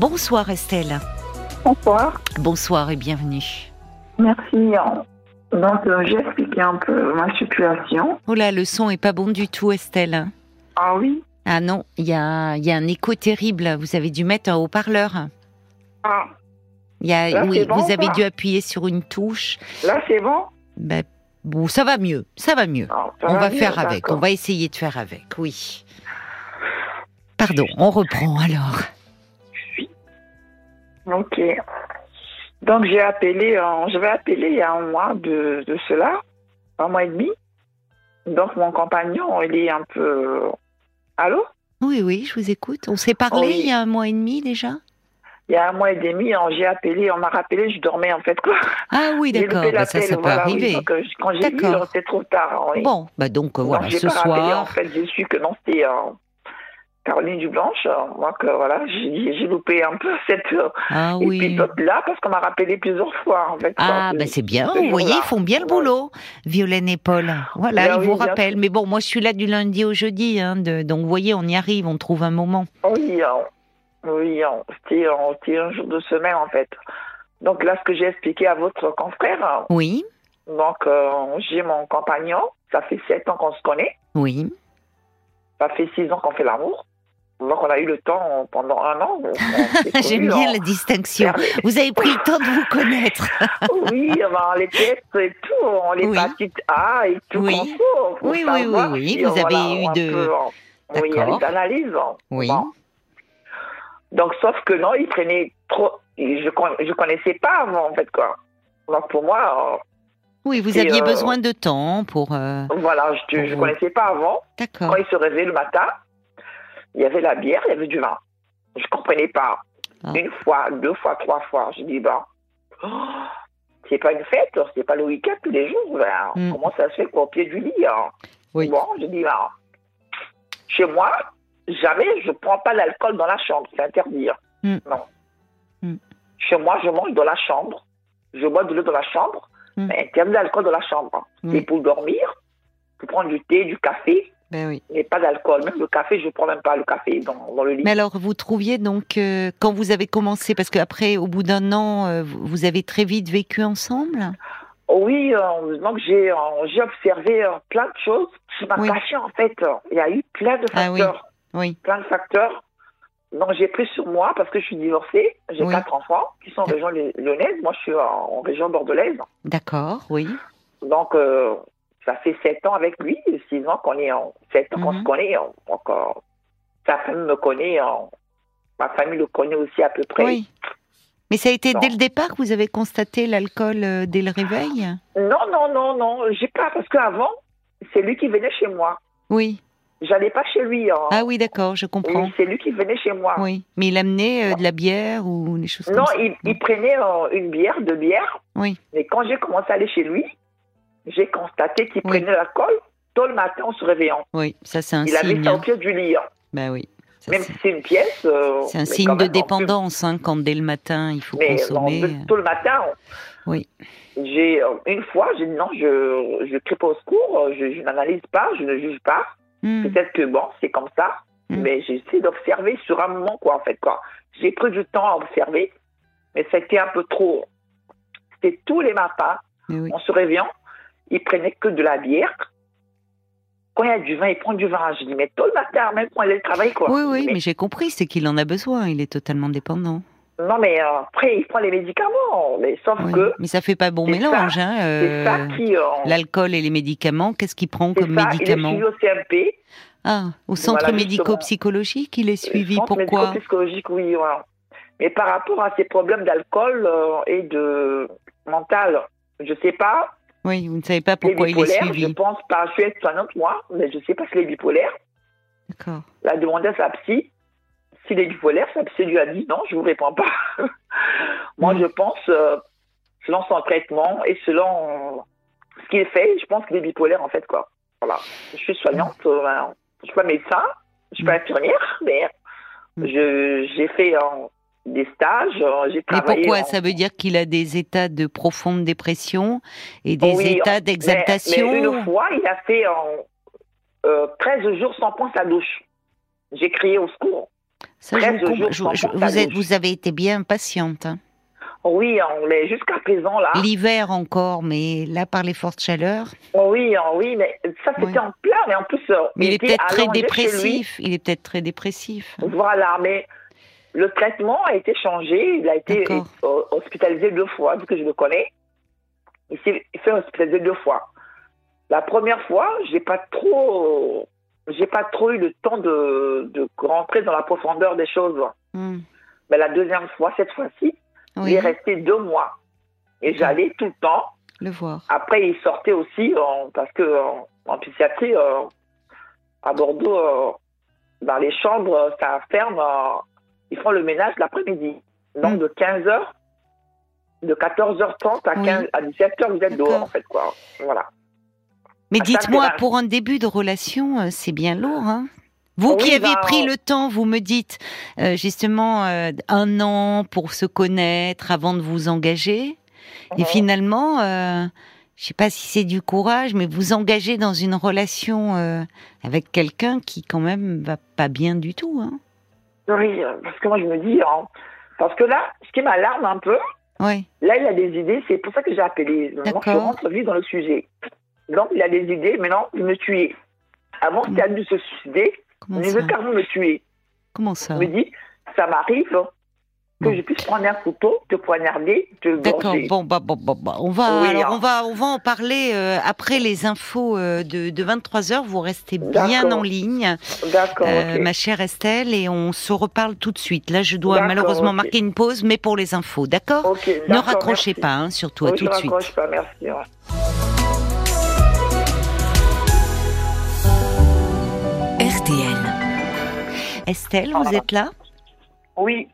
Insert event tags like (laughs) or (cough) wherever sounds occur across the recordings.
Bonsoir Estelle. Bonsoir. Bonsoir et bienvenue. Merci. Donc, euh, j'ai expliqué un peu ma situation. Oh là, le son est pas bon du tout Estelle. Ah oui Ah non, il y a, il y a un écho terrible. Vous avez dû mettre un haut-parleur. Ah, Il y a- Là, oui, c'est bon vous ou avez pas dû appuyer sur une touche. là, c'est bon Ben, bon, ça va mieux, ça va mieux. Ah, ça On va mieux, faire avec, on d'accord. va essayer de faire avec, oui. Pardon, on reprend alors. Ok. Donc, j'ai appelé, en- je vais appeler il y a un mois de, de cela, un mois et demi. Donc, mon compagnon, il est un peu. euh, Allô Oui, oui, je vous écoute. On s'est parlé Oui. il y a un mois et demi déjà Il y a un mois et demi, hein, j'ai appelé, on m'a rappelé, je dormais en fait. quoi. Ah oui, J'ai d'accord, loupé ben, ça, l'appel, ça peut voilà, oui. arriver. Donc, euh, quand j'ai vu, D'accord. c'était trop tard. oui. Bon, bah donc euh, voilà, Donc, j'ai ce pas rappelé, en soir, fait, j'ai su que non, c'était euh, Caroline Dublanche. euh, Donc euh, voilà, j'ai j'ai loupé un peu (laughs) cette euh, ah oui. épisode-là parce qu'on m'a rappelé plusieurs fois, en fait. Ah, Donc, bah euh, c'est bien, ce vous voyez, ils jour-là. font bien le Ouais. boulot, Violaine et Paul. Voilà, Bah ils oui, vous bien rappellent. Mais bon, moi je suis là du lundi au jeudi, hein, de- donc vous voyez, on y arrive, on trouve un moment. Oui, euh, oui euh, c'était euh, c'était un jour de semaine, en fait. Donc là, ce que j'ai expliqué à votre confrère, euh, Oui, donc euh, j'ai mon compagnon, ça fait sept ans qu'on se connaît, oui. (laughs) ça fait six ans qu'on fait l'amour. Donc on a eu le temps euh, pendant un an. on- (laughs) on s'est J'aime connus, bien on- la distinction. faire les- Vous avez pris le temps de vous connaître. Oui, ben, les pièces et tout, on les Oui. hépatite A et tout. Oui. qu'on faut, faut Oui, oui, savoir oui, oui, si, vous voilà, avez eu un de- peu, hein, oui, il y a eu D'accord. d'analyse. hein. Oui. Bon. Donc, sauf que non, il traînait trop. et Je con- je connaissais pas avant, en fait, quoi. Donc, pour moi, Oui, vous Et, aviez euh, besoin de temps pour. euh, euh, voilà, je ne Mhm. connaissais pas avant. D'accord. Quand il se réveillait le matin, il y avait la bière, il y avait du vin. Je comprenais pas. Ah. Une fois, deux fois, trois fois. Je dis, ben, oh, c'est pas une fête, c'est pas le week-end tous les jours. ben, Mm. Comment ça se fait qu'au pied du lit hein Oui. Bon, je dis, ben, chez moi, jamais je prends pas l'alcool dans la chambre, c'est interdit. hein. Mm. Non. Mm. Chez moi, je mange dans la chambre, je bois de l'eau dans la chambre, Mm. mais interdit l'alcool dans la chambre. Oui. Et pour dormir, pour prendre du thé, du café, Ben oui. mais pas d'alcool. Même le café, je prends même pas le café dans, dans le lit. Mais alors, vous trouviez donc euh, quand vous avez commencé, parce qu'après, au bout d'un an, euh, vous vous avez très vite vécu ensemble. Oh Oui, euh, donc j'ai euh, j'ai observé euh, plein de choses qui m'a Oui. caché en fait. Il y a eu plein de Ah oui. facteurs, Oui. plein de facteurs. Donc j'ai pris sur moi parce que je suis divorcée. J'ai Oui. quatre enfants qui sont en région lé- lyonnaise. Moi, je suis en en région bordelaise. D'accord. Oui. Donc euh, ça fait sept ans avec lui, et six ans qu'on est en sept ans qu'on Mhm. se connaît. hein. Donc euh, sa famille me connaît, hein. ma famille le connaît aussi à peu près. Oui. Mais ça a été dès Non. le départ que vous avez constaté l'alcool euh, dès le réveil Non, non, non, non, j'ai pas parce qu'avant c'est lui qui venait chez moi. Oui. J'allais pas chez lui. hein. Ah oui, d'accord, je comprends. Oui, c'est lui qui venait chez moi. Oui. Mais il amenait euh, de la bière ou des choses Non, comme ça il, il prenait euh, une bière, deux bières. Oui. Mais quand j'ai commencé à aller chez lui, j'ai constaté qu'il Oui. prenait l'alcool tôt le matin en se réveillant. Oui, ça c'est un il avait signe. ça au hein. pied du lit. hein. Ben oui. Ça, Même c'est- si c'est une pièce. euh, C'est un mais signe quand de même, en plus, dépendance hein, quand dès le matin il faut Mais non, consommer. de- tôt le matin, hein. Oui. j'ai euh, une fois, j'ai dit non, je je crie pas au secours, euh, je, je n'analyse pas, je ne juge pas. Hmm. Peut-être que bon, c'est comme ça, Mm. mais j'ai essayé d'observer sur un moment, quoi, en fait, quoi. J'ai pris du temps à observer, mais c'était un peu trop. C'était tous les matins, Mais oui. en se réveillant, il prenait que de la bière. Quand il y a du vin, il prend du vin. Je dis, mais tôt le matin, même quand il est au travail, quoi. Oui, Je dis, oui, mais- mais j'ai compris, c'est qu'il en a besoin, il est totalement dépendant. Non, mais euh, après, il prend les médicaments, mais sauf Oui. que Mais ça fait pas bon c'est ça, mélange, hein, c'est euh, ça qui... euh, L'alcool et les médicaments, qu'est-ce qu'il prend c'est comme ça, il est médicament suivi au CMP. Ah, au centre Voilà, justement. médico-psychologique, il est suivi. Centre Pourquoi médico-psychologique, oui, voilà. Mais par rapport à ces problèmes d'alcool euh, et de mental, je sais pas. Oui, vous ne savez pas Les pourquoi il est bipolaires, je suivi. pense pas. Je suis soignante, moi, mais je sais pas si les bipolaires. D'accord. La demande à sa psy. Si les bipolaires, sa psy lui a dit non, je vous réponds pas. (laughs) moi, Mm. je pense, euh, selon son traitement et selon euh, ce qu'il fait, je pense qu'il est bipolaire, en fait, quoi. Voilà. Je suis soignante, Mm. euh, voilà. je suis pas médecin, je suis pas infirmière, mais Mm. je- j'ai fait euh, des stages, euh, j'ai Mais travaillé. pourquoi en- Ça veut dire qu'il a des états de profonde dépression et des Oui, états Mais- Mais, d'exaltation. une fois, il a fait euh, en euh, 13 jours sans prendre sa douche. J'ai crié au secours. Ça, je 13 vous, com- jours je- sans je- vous, pantalon. êtes- vous avez été bien patiente. hein. Oui, on l'est jusqu'à présent là. L'hiver encore, mais là, par les fortes chaleurs. Oui, oh oui, mais ça c'était Ouais. en plein, mais en plus. euh, Mais il est était peut-être très allongé chez lui. dépressif. Il est peut-être très dépressif. Voilà, mais le traitement a été changé. Il a été D'accord. euh, hospitalisé deux fois, vu que je le connais. Il s'est fait hospitaliser deux fois. La première fois, j'ai pas trop, j'ai pas trop eu le temps de, de rentrer dans la profondeur des choses. Hmm, Mais la deuxième fois, cette fois-ci, il Oui, est resté deux mois. Et j'allais tout le temps. le voir. Après, il sortait aussi en- parce que en, en psychiatrie, euh, à Bordeaux, euh, dans les chambres, euh, ça ferme. euh, ils font le ménage l'après-midi. Donc Mm. de 15h, de 14h30 à, Oui. 15, à 17h, vous êtes dehors D'accord. en fait. Quoi. Voilà. Mais Ah, ça, c'est dites-moi, la- pour un début de relation, euh, c'est bien lourd, hein vous qui Oui, avez ben, pris on- le temps, vous me dites euh, justement euh, un an pour se connaître avant de vous engager. Et Mhm. finalement, euh, je sais pas si c'est du courage, mais vous engagez dans une relation euh, avec quelqu'un qui quand même va pas bien du tout. Hein. Oui, euh, parce que moi je me dis, hein, parce que là, ce qui m'alarme un peu, Ouais. là il a des idées, c'est pour ça que j'ai appelé. Maintenant, je D'accord. rentre vite dans le sujet. Donc il a des idées, maintenant il me tuer. Mm. Avant, c'était à lui de se suicider, Comment mais il veut ça carrément me tuer. Comment ça Je me dis, ça m'arrive Ah. hein, Bon. que je puisse prendre un couteau, te poignarder, te D'accord. gorger. Bon, bah, bon, bon, bah, on va, Oui, alors, hein. on va, on va en parler euh, après les infos euh, de, de 23 h Vous restez bien D'accord. en ligne, D'accord, euh, ok. ma chère Estelle, et on se reparle tout de suite. Là, je dois D'accord, malheureusement ok. marquer une pause, mais pour les infos, d'accord Ok, Ne d'accord, raccrochez merci. pas, hein, surtout à Oui, tout de je suite. raccroche pas, merci. ouais. RTL. Estelle, vous Voilà. êtes là Oui,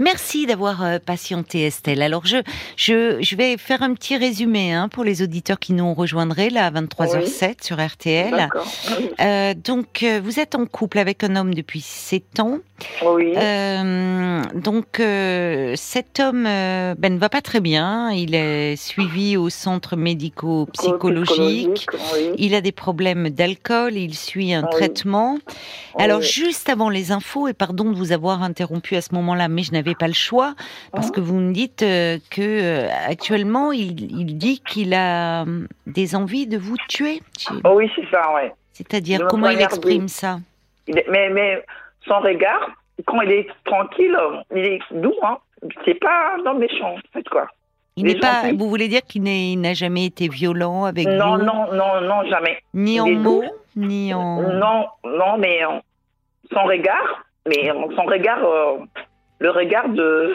Merci d'avoir euh, patienté, Estelle. Alors, je, je, je vais faire un petit résumé hein, pour les auditeurs qui nous rejoindraient là à 23h07 sur RTL. d'accord. (laughs) Euh, donc, euh, vous êtes en couple avec un homme depuis 7 ans. Oui, Euh, donc, euh, cet homme euh, ben, ne va pas très bien. Il est suivi au centre médico-psychologique. oui. Il a des problèmes d'alcool, il suit un Ah Oui. Ah traitement. Alors oui. juste avant les infos, et pardon de vous avoir interrompu à ce moment-là, mais je n'avais pas le choix, parce Hein que vous me dites euh, que euh, actuellement il, il dit qu'il a hum, des envies de vous tuer. J'ai- Oh oui, c'est ça, oui. C'est-à-dire de me comment il poignarder. exprime ça Il est- Mais, mais son regard, quand il est tranquille, il est doux, hein. C'est pas non méchant, en fait, quoi. Il Il est n'est pas. gentil. Vous voulez dire qu'il n'est- il n'a jamais été violent avec Non, vous, non, non, non, jamais. ni il en est mots, doux. ni en. Non, non, mais euh, son regard, mais euh, son regard, euh, le regard de,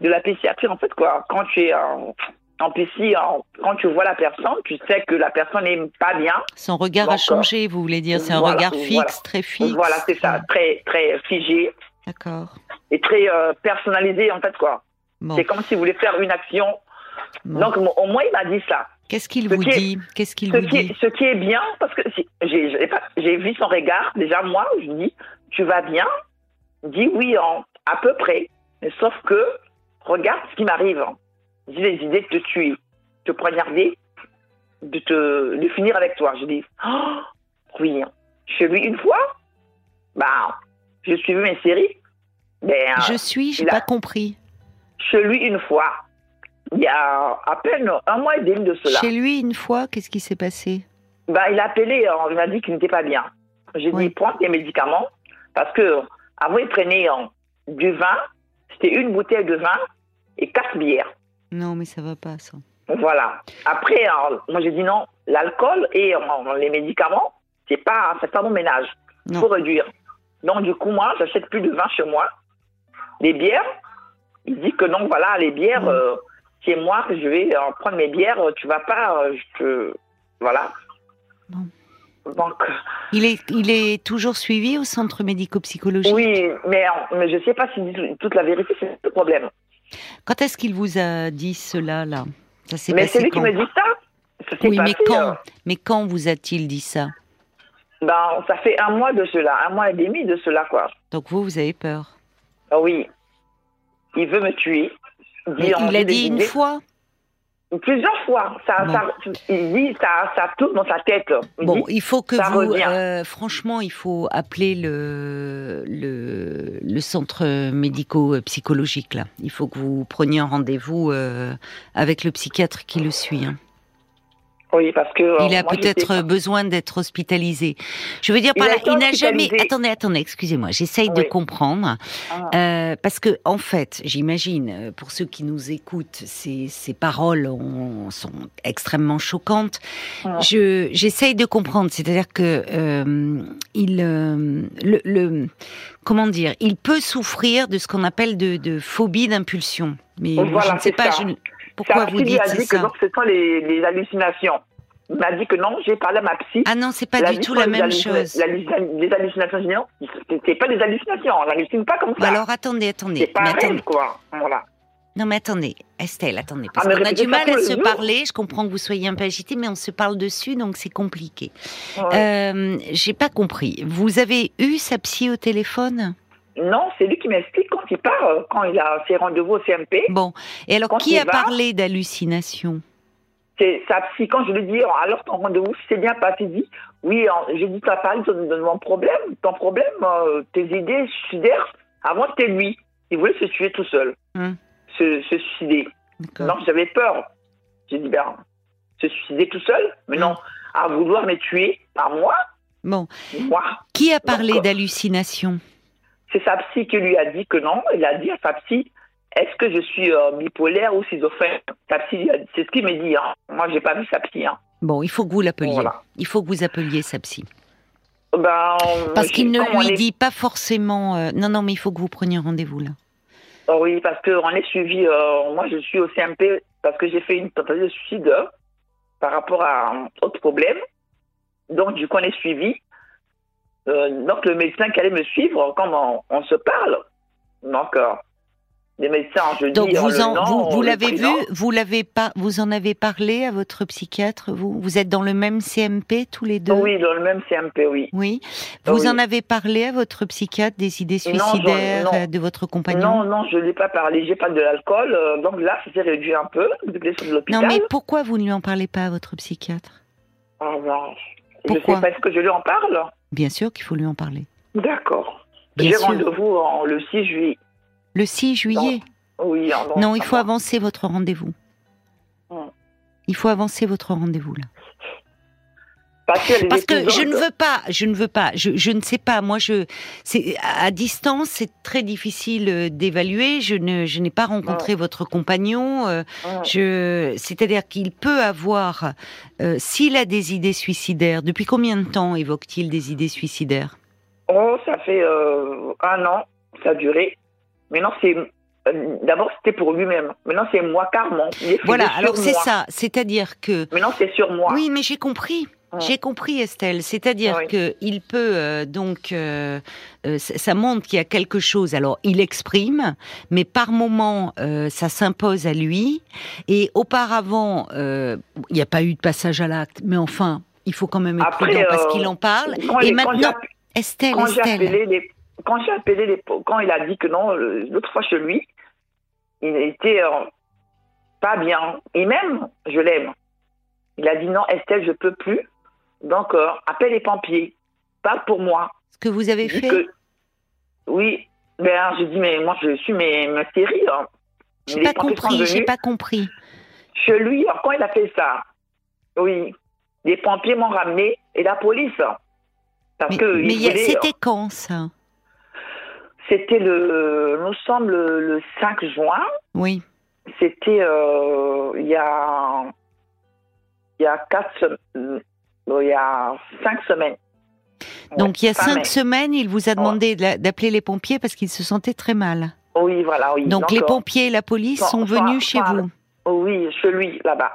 de la psychiatrie, en fait, quoi. Quand tu es en, en psy, en- quand tu vois la personne, tu sais que la personne n'est pas bien. Son regard a D'accord. changé. Vous voulez dire c'est un Voilà, regard fixe, voilà. très fixe. Voilà, c'est ça, très, très figé D'accord. et très euh, personnalisé, en fait, quoi. Bon, C'est comme s'il voulait faire une action. bon. Donc, au moins, il m'a dit ça. qu'est-ce qu'il ce vous qui est- dit Qu'est-ce qu'il Ce vous qui, dit est, ce qui est bien, parce que si- j'ai j'ai pas- j'ai vu son regard, déjà moi, je dis, tu vas bien Il dit oui, en, à peu près. Mais sauf que, regarde ce qui m'arrive. J'ai des idées de te tuer, de te poignarder, de, te, de finir avec toi. Je dis, oh, oui. Chez lui, une fois, bah, j'ai suivi mes séries. Mais, euh, Je suis, j'ai il a- pas compris. chez lui, une fois, il y a à peine un mois et demi de cela. Chez lui, une fois, qu'est-ce qui s'est passé Bah, il a appelé, euh, il m'a dit qu'il n'était pas bien. J'ai Oui. dit, prends tes médicaments, parce que euh, avant, il prenait euh, du vin, c'était une bouteille de vin et quatre bières. Non, mais ça va pas, ça. Voilà. Après, euh, moi, j'ai dit non, l'alcool et euh, les médicaments, c'est pas, c'est pas mon ménage. Il Non. faut réduire. Donc, du coup, moi, j'achète plus de vin chez moi. Les bières, il dit que non, voilà, les bières, Mm. euh, c'est moi que je vais euh, prendre mes bières, euh, tu vas pas, euh, je te. Voilà. Non. Donc. Il est, il est toujours suivi au centre médico-psychologique. Oui, mais, euh, mais je ne sais pas si dit toute la vérité, c'est le problème. Quand est-ce qu'il vous a dit cela, là Ça s'est Mais passé celui qui quand me dit ça, ça s'est Oui, mais passé, quand euh, Mais quand vous a-t-il dit ça ben, ça fait un mois de cela, un mois et demi de cela, quoi. Donc vous, vous avez peur. Ah Oui, il veut me tuer. Mais en il a des dit une idées. fois Plusieurs fois. Ça, Bon. ça, il dit, ça, ça tourne dans sa tête. Il Bon, dit, il faut que Mhm. ça vous, revient. euh, franchement, il faut appeler le le, le centre médico-psychologique là. Il faut que vous preniez un rendez-vous euh, avec le psychiatre qui le suit. hein. oui, parce que. euh, Il a moi, je sais peut-être pas. besoin d'être hospitalisé. Je veux dire par Il a là, été il n'a jamais. hospitalisé. Attendez, attendez, excusez-moi. J'essaye de Oui. comprendre Ah. Euh, parce que en fait, j'imagine euh, pour ceux qui nous écoutent, ces, ces paroles ont- sont extrêmement choquantes. Ah. Je j'essaye de comprendre, c'est-à-dire que euh, il euh, le, le- comment dire, il peut souffrir de ce qu'on appelle de, de phobie d'impulsion. Mais Oh, Voilà, je ne sais c'est pas. ça. je ne- C'est pourquoi après vous qu'il dites a dit que ça non, ce sont les, les hallucinations. Il m'a dit que non, j'ai parlé à ma psy. Ah non, c'est pas Elle a du dit tout quoi, la les même hallucina- chose. la- Les hallucinations géniales, c'est- c'est pas des hallucinations. On n'hallucine pas comme ça. Bah alors attendez, c'est attendez. pas mais un attendez. rêve, quoi. Voilà. Non mais attendez, Estelle, attendez. Parce Ah, mais qu'on a répétez du ça mal tous à les se jours. parler, je comprends que vous soyez un peu agité, mais on se parle dessus, donc c'est compliqué. Ouais. Euh, J'ai pas compris. Vous avez eu sa psy au téléphone Non, c'est lui qui m'explique quand il part, euh, quand il a ses rendez-vous au CMP. Bon. Et alors, Quand qui il a va- parlé d'hallucination C'est sa psy, quand je lui dis, oh, alors ton rendez-vous s'est bien passé, il dit, oui, hein, j'ai dit, t'as parlé de, de mon problème, ton problème, euh, tes idées suicidaires, avant c'était lui. Il voulait se tuer tout seul, Hum. se, se suicider. D'accord. Non, j'avais peur. J'ai dit, ben, se suicider tout seul, mais Hum. non, à vouloir me tuer, par moi, Bon. moi. Qui a parlé D'accord. d'hallucination C'est sa psy qui lui a dit que non. Il a dit à sa psy, est-ce que je suis euh, bipolaire ou schizophrène Sa psy, lui a dit- c'est ce qu'il me dit. Hein. Moi, j'ai pas vu sa psy. Hein. Bon, il faut que vous l'appeliez. Voilà. Il faut que vous appeliez sa psy. Ben, Parce je- qu'il ne comme on lui est- dit pas forcément... euh, Non, non, mais il faut que vous preniez rendez-vous là. Oh oui, parce qu'on est suivi. euh, moi, je suis au CMP parce que j'ai fait une tentative de suicide euh, par rapport à un autre problème. Donc, du coup, on est suivi. Euh, donc, le médecin qui allait me suivre, quand on, on se parle, donc, euh, les médecins, je Donc dis. euh, vous le en, nom, vous, vous le l'avez vu, prénom. vous l'avez pas, vous en avez parlé à votre psychiatre. Vous, vous êtes dans le même CMP tous les deux. Oui, dans le même CMP, oui. Oui. Vous Oui. en avez parlé à votre psychiatre des idées Non, j'en- suicidaires non. euh, de votre compagnon. Non, non, je ne l'ai pas parlé. J'ai pas de l'alcool. euh, donc là, ça s'est réduit un peu depuis de l'hôpital. mais pourquoi vous ne lui en parlez pas à votre psychiatre Ah, ben, je Pourquoi sais pas ce que je lui en parle. Bien sûr qu'il faut lui en parler. D'accord. Bien J'ai sûr. rendez-vous en- le 6 juillet. Le 6 juillet. Oui, en Non, il faut avancer votre rendez-vous. Hmm. Il faut avancer votre rendez-vous là. Parce que, Parce que je ne veux pas, je ne veux pas, je, je ne sais pas. Moi, je, c'est à distance, c'est très difficile euh, d'évaluer. Je ne, je n'ai pas rencontré votre compagnon. euh, Hum. je, c'est-à-dire qu'il peut avoir, euh, s'il a des idées suicidaires. Depuis combien de temps évoque-t-il des idées suicidaires Oh, ça fait euh, un an, ça a duré. Maintenant, c'est. euh, D'abord, c'était pour lui-même. Maintenant, c'est moi, Carmen. Il est fondé Voilà. sur Alors c'est moi. ça. C'est-à-dire que Maintenant, c'est sur moi. Oui, mais j'ai compris. Ouais. J'ai compris, Estelle. C'est-à-dire Oui. que il peut euh, donc, euh, euh, ça ça montre qu'il y a quelque chose. Alors, il exprime, mais par moment, euh, ça s'impose à lui. Et auparavant, euh, il n'y a pas eu de passage à l'acte. Mais enfin, il faut quand même être Après, prudent parce euh, qu'il en parle. Quand Et il- quand j'ai maintenant, app- Estelle, quand j'ai Estelle. appelé les quand j'ai appelé les quand il a dit que non le- l'autre fois chez lui il était euh, pas bien et même je l'aime il a dit non Estelle je peux plus donc euh, appelle les pompiers pas pour moi Ce que vous avez Il dit fait. que- oui ben je dis mais moi je suis mais ma série hein. J'ai Les pas pompiers sont compris. J'ai venus pas compris. chez lui alors, quand il a fait ça oui les pompiers m'ont ramené et la police hein. parce Mais, que il mais il y a- voulait- euh, c'était quand ça C'était le, nous sommes le, le 5 juin. Oui. C'était euh, il y a, il y a quatre, sem- euh, il y a cinq semaines. Donc il y a Fin cinq mai. semaines, il vous a demandé de la- d'appeler les pompiers parce qu'il se sentait très mal. Oui, voilà, oui. Donc les euh, pompiers et la police Par- sont par- venus chez par- vous, Oui, chez lui, là-bas.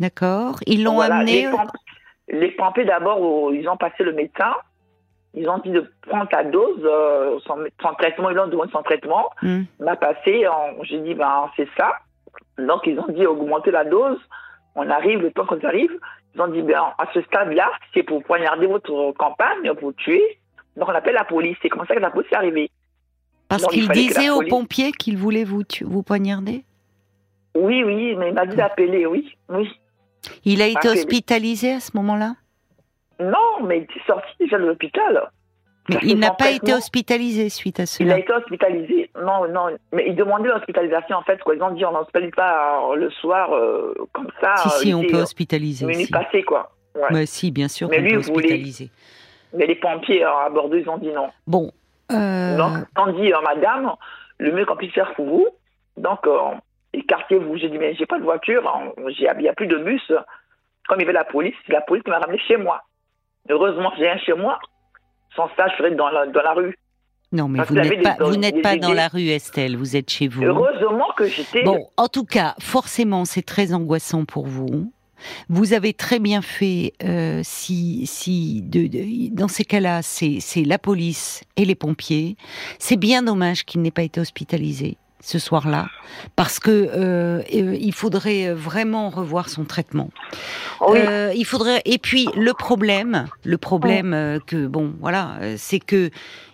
d'accord Ils l'ont Voilà, amené. euh, Les, pomp- les pompiers, d'abord, au- ils ont passé le médecin. Ils ont dit de prendre la dose, euh, son, son traitement. Ils l'ont demandé son traitement. Hmm. On m'a passé. on- J'ai dit, ben, c'est ça. Donc, ils ont dit augmenter la dose. On arrive, le temps qu'on arrive, ils ont dit, ben, à ce stade-là, c'est pour poignarder votre campagne, pour tuer. Donc, on appelle la police. C'est comme ça que la police est arrivée. Parce Non, il qu'ils fallait que la disaient aux police- pompiers qu'ils voulaient vous, tu- vous poignarder Oui, oui, mais il m'a dit d'appeler, oui, oui. Il a été Ah, oui. hospitalisé à ce moment-là Non, mais il était sorti déjà de l'hôpital. Mais Parce que il n'a son pas été traitement- hospitalisé suite à Il a cela. été hospitalisé. Non, non, mais il demandait l'hospitalisation en fait. Quoi. Ils ont dit on n'hospitalise pas euh, le soir euh, comme ça. Si, euh, si, il on était, peut euh, hospitaliser. minuit si. passé, quoi. Ouais. Ouais, si, bien sûr Mais qu'on lui, peut vous voulez- hospitaliser. Mais les pompiers euh, à Bordeaux, ils ont dit non. Bon. euh, Donc, on dit euh, madame, le mieux qu'on puisse faire pour vous, donc euh, écartez-vous. J'ai dit mais j'ai pas de voiture, hein, j'ai- il n'y a plus de bus. Comme il y avait la police, c'est la police qui m'a ramené chez moi. Heureusement, j'ai un chez moi. Sans ça, je serais dans la, dans la rue. non, mais parce vous qu'il avait n'êtes pas, des- vous des- n'êtes pas des- dans la rue, Estelle. Vous êtes chez vous. Heureusement que j'étais. Mmh. Bon, en tout cas, forcément, c'est très angoissant pour vous. Vous avez très bien fait, euh, si, si de, de- dans ces cas-là, c'est c'est la police et les pompiers. C'est bien dommage qu'il n'ait pas été hospitalisé ce soir-là, parce que euh, euh, il faudrait vraiment revoir son traitement. Oui. Euh, il faudrait. Et puis le problème, le problème euh, que bon, voilà, euh, c'est que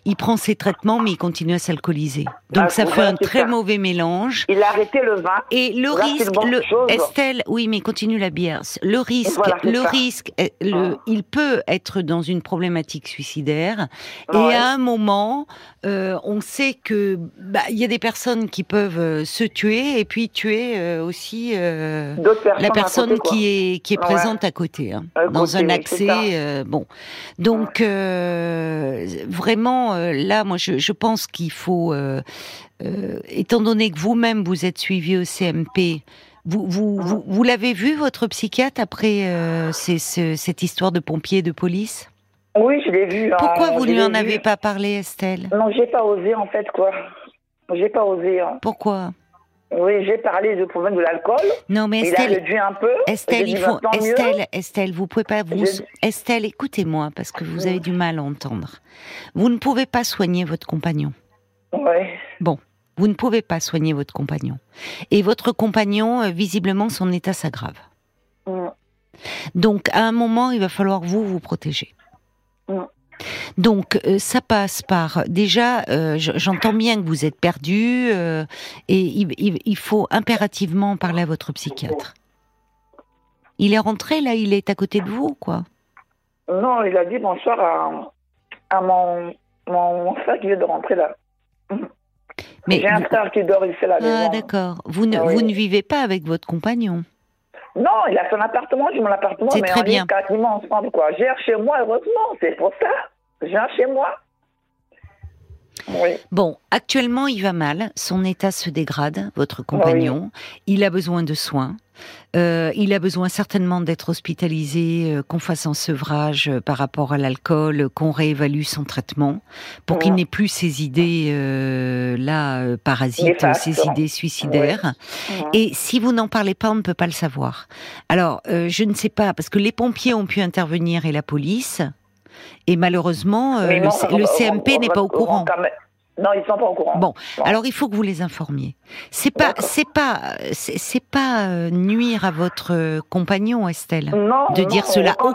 il prend ses traitements, mais il continue à s'alcooliser. Donc Ah, ça bon, fait un voilà, c'est très ça. mauvais mélange. Il a arrêté le vin. Et le Là, c'est risque, une bonne le- chose. Estelle, oui, mais continue la bière. Le risque, Voilà, c'est le ça. risque, est- le- Ah. il peut être dans une problématique suicidaire. Et Ouais. à un moment, euh, on sait que bah, il y a des personnes qui peuvent euh, se tuer et puis tuer euh, aussi euh, D'autres personnes. la à personne côté, quoi. qui est qui est Ouais. présente à côté, hein, À dans côté, un oui, accès. c'est ça. euh, bon, donc euh, vraiment euh, là, moi, je, je pense qu'il faut, euh, euh, étant donné que vous-même vous êtes suivi au CMP. Vous, vous, vous, vous l'avez vu, votre psychiatre, après euh, ces- ce- cette histoire de pompiers et de police Oui, je l'ai vu. hein, Pourquoi vous je ne lui l'ai en vu. avez pas parlé, Estelle Non, j'ai pas osé en fait quoi. J'ai pas osé. hein. Pourquoi Oui, j'ai parlé du problème de l'alcool. Non, mais Il a Estelle, réduit un peu. Estelle, J'ai il dit, faut, bah, tant mieux. Estelle, Estelle, vous pouvez pas vous, Je- Mm. Estelle, écoutez-moi parce que vous Oui. avez du mal à entendre. Vous ne pouvez pas soigner votre compagnon. Ouais. Vous ne pouvez pas soigner votre compagnon. Et votre compagnon, euh, visiblement, son état s'aggrave. Mm. Donc, à un moment, il va falloir vous vous protéger. Mm. Donc, euh, ça passe par déjà. euh, j- J'entends bien que vous êtes perdu euh, et il, il- il faut impérativement en parler à votre psychiatre. Il est rentré là, il est à côté de vous, quoi. Non, il a dit bonsoir à, à mon, mon, mon frère qui vient de rentrer là. Mais J'ai un vous- frère qui dort ici là. ah maison. d'accord. Vous ne Ah oui. vous ne vivez pas avec votre compagnon. Non, il a son appartement, j'ai mon appartement, C'est mais très on bien. est quasiment ensemble quoi. J'ai un chez moi, heureusement, c'est pour ça. J'ai un chez moi. Oui. Bon, actuellement il va mal, son état se dégrade, Ah votre compagnon. Il a besoin de soins. Euh, il a besoin certainement d'être hospitalisé, euh, qu'on fasse un sevrage euh, par rapport à l'alcool, euh, qu'on réévalue son traitement, pour qu'il Mhm. n'ait plus ces idées euh, là euh, parasites, Néfastes. ces idées suicidaires. Mm. Et si vous n'en parlez pas, on ne peut pas le savoir. Alors, euh, je ne sais pas, parce que les pompiers ont pu intervenir et la police. Et malheureusement, euh, Mais le, non, C- on- le on- CMP on- n'est on- pas au on- courant. quand même- Non, ils sont pas au courant. Bon, Alors, il faut que vous les informiez. C'est pas, D'accord. c'est pas, c'est c'est pas euh, nuire à votre euh, compagnon, Estelle. Non, de non, dire cela. Au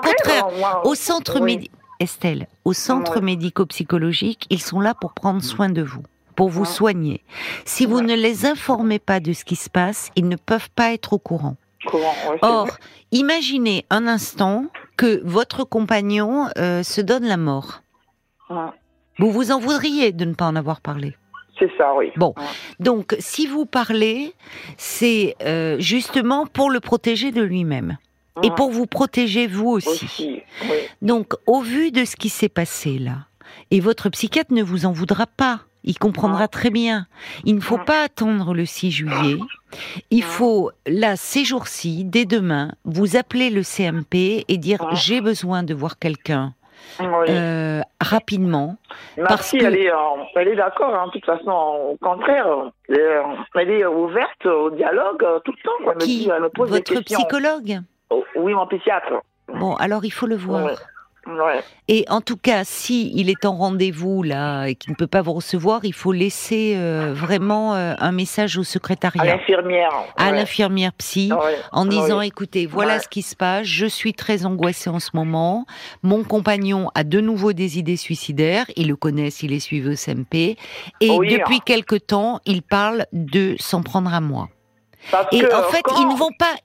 moi, Au centre oui. médi- Estelle, au centre Ouais. médico-psychologique, ils sont là pour prendre soin de vous, pour vous Ouais. soigner. Si vous Mm. Ouais. ne les informez pas de ce qui se passe, ils ne peuvent pas être au courant. Courant, oui, c'est Or, vrai. imaginez un instant que votre compagnon euh, se donne la mort. Ouais, Vous vous en voudriez de ne pas en avoir parlé. c'est ça, oui. Bon. Ouais. Donc, si vous parlez, c'est euh, justement pour le protéger de lui-même et Ouais, pour vous protéger vous aussi. Mm. aussi. Oui. Donc, au vu de ce qui s'est passé là, et votre psychiatre ne vous en voudra pas. Il comprendra très bien. Il ne faut Ouais. pas attendre le 6 juillet. Il Ouais. faut, là, ces jours-ci, dès demain, vous appeler le CMP et dire Ouais. j'ai besoin de voir quelqu'un oui. euh, rapidement. Ma parce fille, que- elle est, euh, elle est d'accord, hein, de toute façon, au contraire, euh, elle est, euh, elle est ouverte au dialogue euh, tout le temps. Quoi. Elle, me Qui dit, elle me pose des Votre questions. psychologue Oh, oui, mon psychiatre. Bon, alors il faut le voir. Ouais. Ouais. Et en tout cas, si il est en rendez-vous là et qu'il ne peut pas vous recevoir, il faut laisser euh, vraiment euh, un message au À secrétariat, l'infirmière. à ouais. l'infirmière psy. Ouais. En Ouais. disant, écoutez, voilà Ouais. ce qui se passe, je suis très angoissée en ce moment, mon compagnon a de nouveau des idées suicidaires, ils le connaissent, il est suivi au CMP, et Oui. depuis quelque temps, il parle de s'en prendre à moi. Parce Et que, en euh, fait, quand- ils ne vont pas.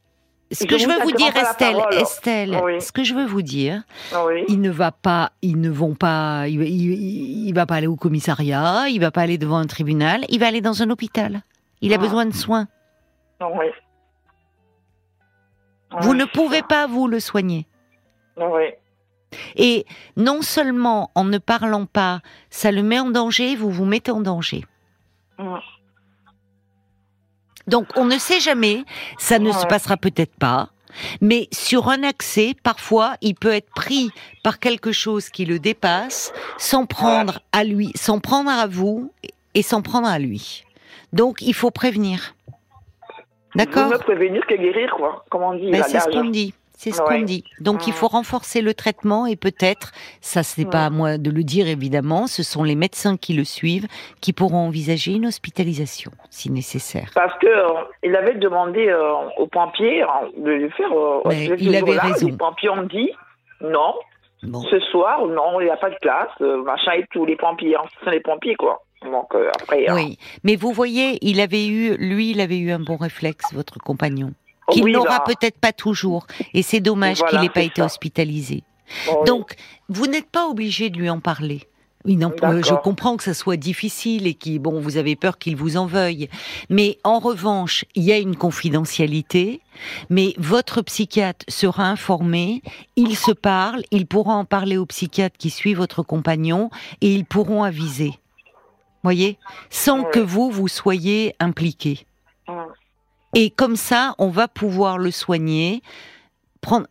Ce Ils que ont je veux vous exactement dire, pas la Estelle, parole. Estelle, Oui. ce que je veux vous dire, Oui. il ne va pas, ils ne vont pas, il, il- il va pas aller au commissariat, il va pas aller devant un tribunal, il va aller dans un hôpital. Il a Ah. besoin de soins. Oui. Vous Ah Oui, ne c'est pouvez ça. pas vous le soigner. Oui. Et non seulement en ne parlant pas, ça le met en danger, vous vous mettez en danger. Mm. Donc on ne sait jamais, ça ne se Ouais. passera peut-être pas, mais sur un accès, parfois, il peut être pris par quelque chose qui le dépasse, s'en prendre à lui, s'en prendre à vous et s'en prendre à lui. Donc il faut prévenir. D'accord Vaut mieux prévenir que guérir, quoi. Comme on dit, Ben, la c'est ce gage. qu'on me dit. C'est ce Ouais. qu'on me dit. Donc il Mm. faut renforcer le traitement et peut-être, ça ce n'est pas Ouais. à moi de le dire évidemment, ce sont les médecins qui le suivent qui pourront envisager une hospitalisation si nécessaire. Parce que euh, il avait demandé euh, aux pompiers euh, de lui faire. euh, Mais de ce il avait jour-là. raison. Les pompiers ont dit non. Bon. Ce soir, non, il n'y a pas de classe, euh, machin et tout. Les pompiers, hein, ce sont les pompiers, quoi. Donc euh, après. euh, Oui, mais vous voyez, il avait eu, lui, il avait eu un bon réflexe, votre compagnon, qu'il hein. Oh oui, n'aura là. peut-être pas toujours, et c'est dommage Voilà, qu'il n'ait pas c'est été ça. hospitalisé. Oh, Oui. Donc, vous n'êtes pas obligé de lui en parler. Il n'en- D'accord. euh, je comprends que ça soit difficile et qui, bon, vous avez peur qu'il vous en veuille. Mais en revanche, il y a une confidentialité. Mais votre psychiatre sera informé. Ils se parlent. Ils pourront en parler au psychiatre qui suit votre compagnon et ils pourront aviser. Voyez, sans Oui. que vous vous soyez impliqué. Mm. Et comme ça, on va pouvoir le soigner, prendre,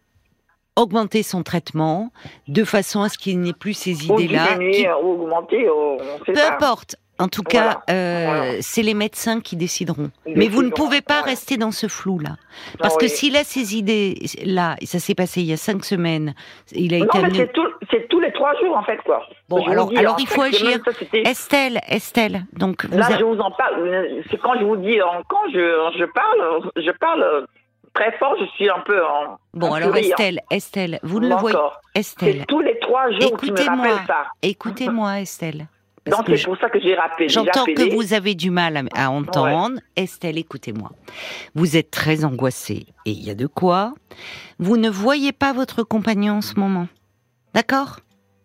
augmenter son traitement de façon à ce qu'il n'ait plus ces Ou idées-là. diminuer, qui- euh, ou augmenter, euh, on peu sait pas. importe. En tout Voilà. cas, euh, Voilà. c'est les médecins qui décideront. Ils Mais vous ne décideront, pouvez pas ouais. rester dans ce flou-là. Parce Non, que oui. s'il a ces idées-là, et ça s'est passé il y a cinq semaines, il a été Non, mais amené- c'est tout- c'est tous les trois jours, en fait, quoi. Bon, Je vous alors- dis, alors en il fait, faut c'est agir. même ça, c'était- Estelle, Estelle, donc vous Là, a- je vous en parle. C'est quand je vous dis, euh, quand je, je parle, je parle euh, très fort, je suis un peu en. Bon, en alors furie, hein. Estelle, Estelle, vous ne Ou le voyez... encore. Estelle, C'est tous les trois jours qui me Écoutez-moi. rappellent ça. écoutez-moi, Estelle. Parce Donc, que c'est pour ça que j'ai rappelé. j'ai J'entends appelé. que vous avez du mal à- à entendre. Estelle, écoutez-moi. Vous êtes très angoissée et il y a de quoi. Vous ne voyez pas votre compagnon en ce moment. D'accord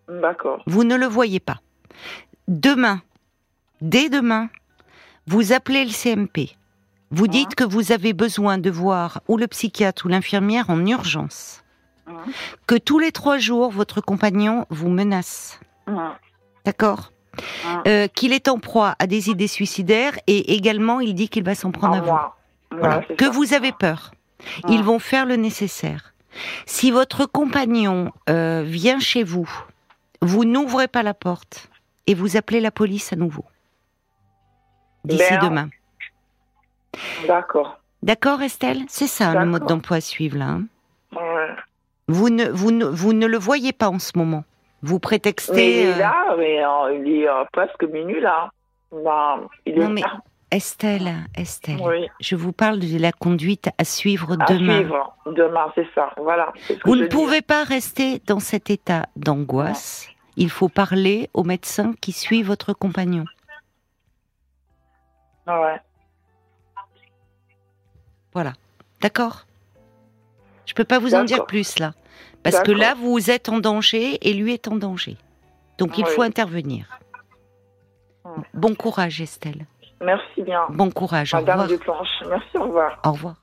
D'accord. Vous ne le voyez pas. Demain, dès demain, vous appelez le CMP. Vous Ouais. dites que vous avez besoin de voir ou le psychiatre ou l'infirmière en urgence. Ouais. Que tous les trois jours, votre compagnon vous menace. Mmh. D'accord Mm. Euh, qu'il est en proie à des idées suicidaires et également il dit qu'il va s'en prendre Au à vous. revoir. Voilà. Ouais, Ah, c'est Que ça. vous avez peur. Mm. Ils vont faire le nécessaire. Si votre compagnon euh, vient chez vous, vous n'ouvrez pas la porte et vous appelez la police à nouveau. D'ici Ben, demain. D'accord. D'accord Estelle C'est ça le D'accord. mode d'emploi à suivre là. hein. Ouais. vous, ne, vous, ne, vous ne le voyez pas en ce moment. Vous prétextez... Mais il euh, est là, mais euh, il est euh, presque minuit là. Bah, il est Non, mais- euh, là. Estelle, Estelle. Oui. Je vous parle de la conduite à suivre À demain. suivre. Demain, c'est ça. Voilà. c'est ce que Vous je ne dis. pouvez pas rester dans cet état d'angoisse. Il faut parler au médecin qui suit votre compagnon. Ouais. Voilà. D'accord Je peux pas vous en dire D'accord. plus là. Parce que D'accord. là, vous êtes en danger et lui est en danger. Donc il Oui. faut intervenir. Ouais. Bon courage, Estelle. Merci bien, Bon courage. Au Madame revoir. Duplanche. Merci, au revoir. Au revoir.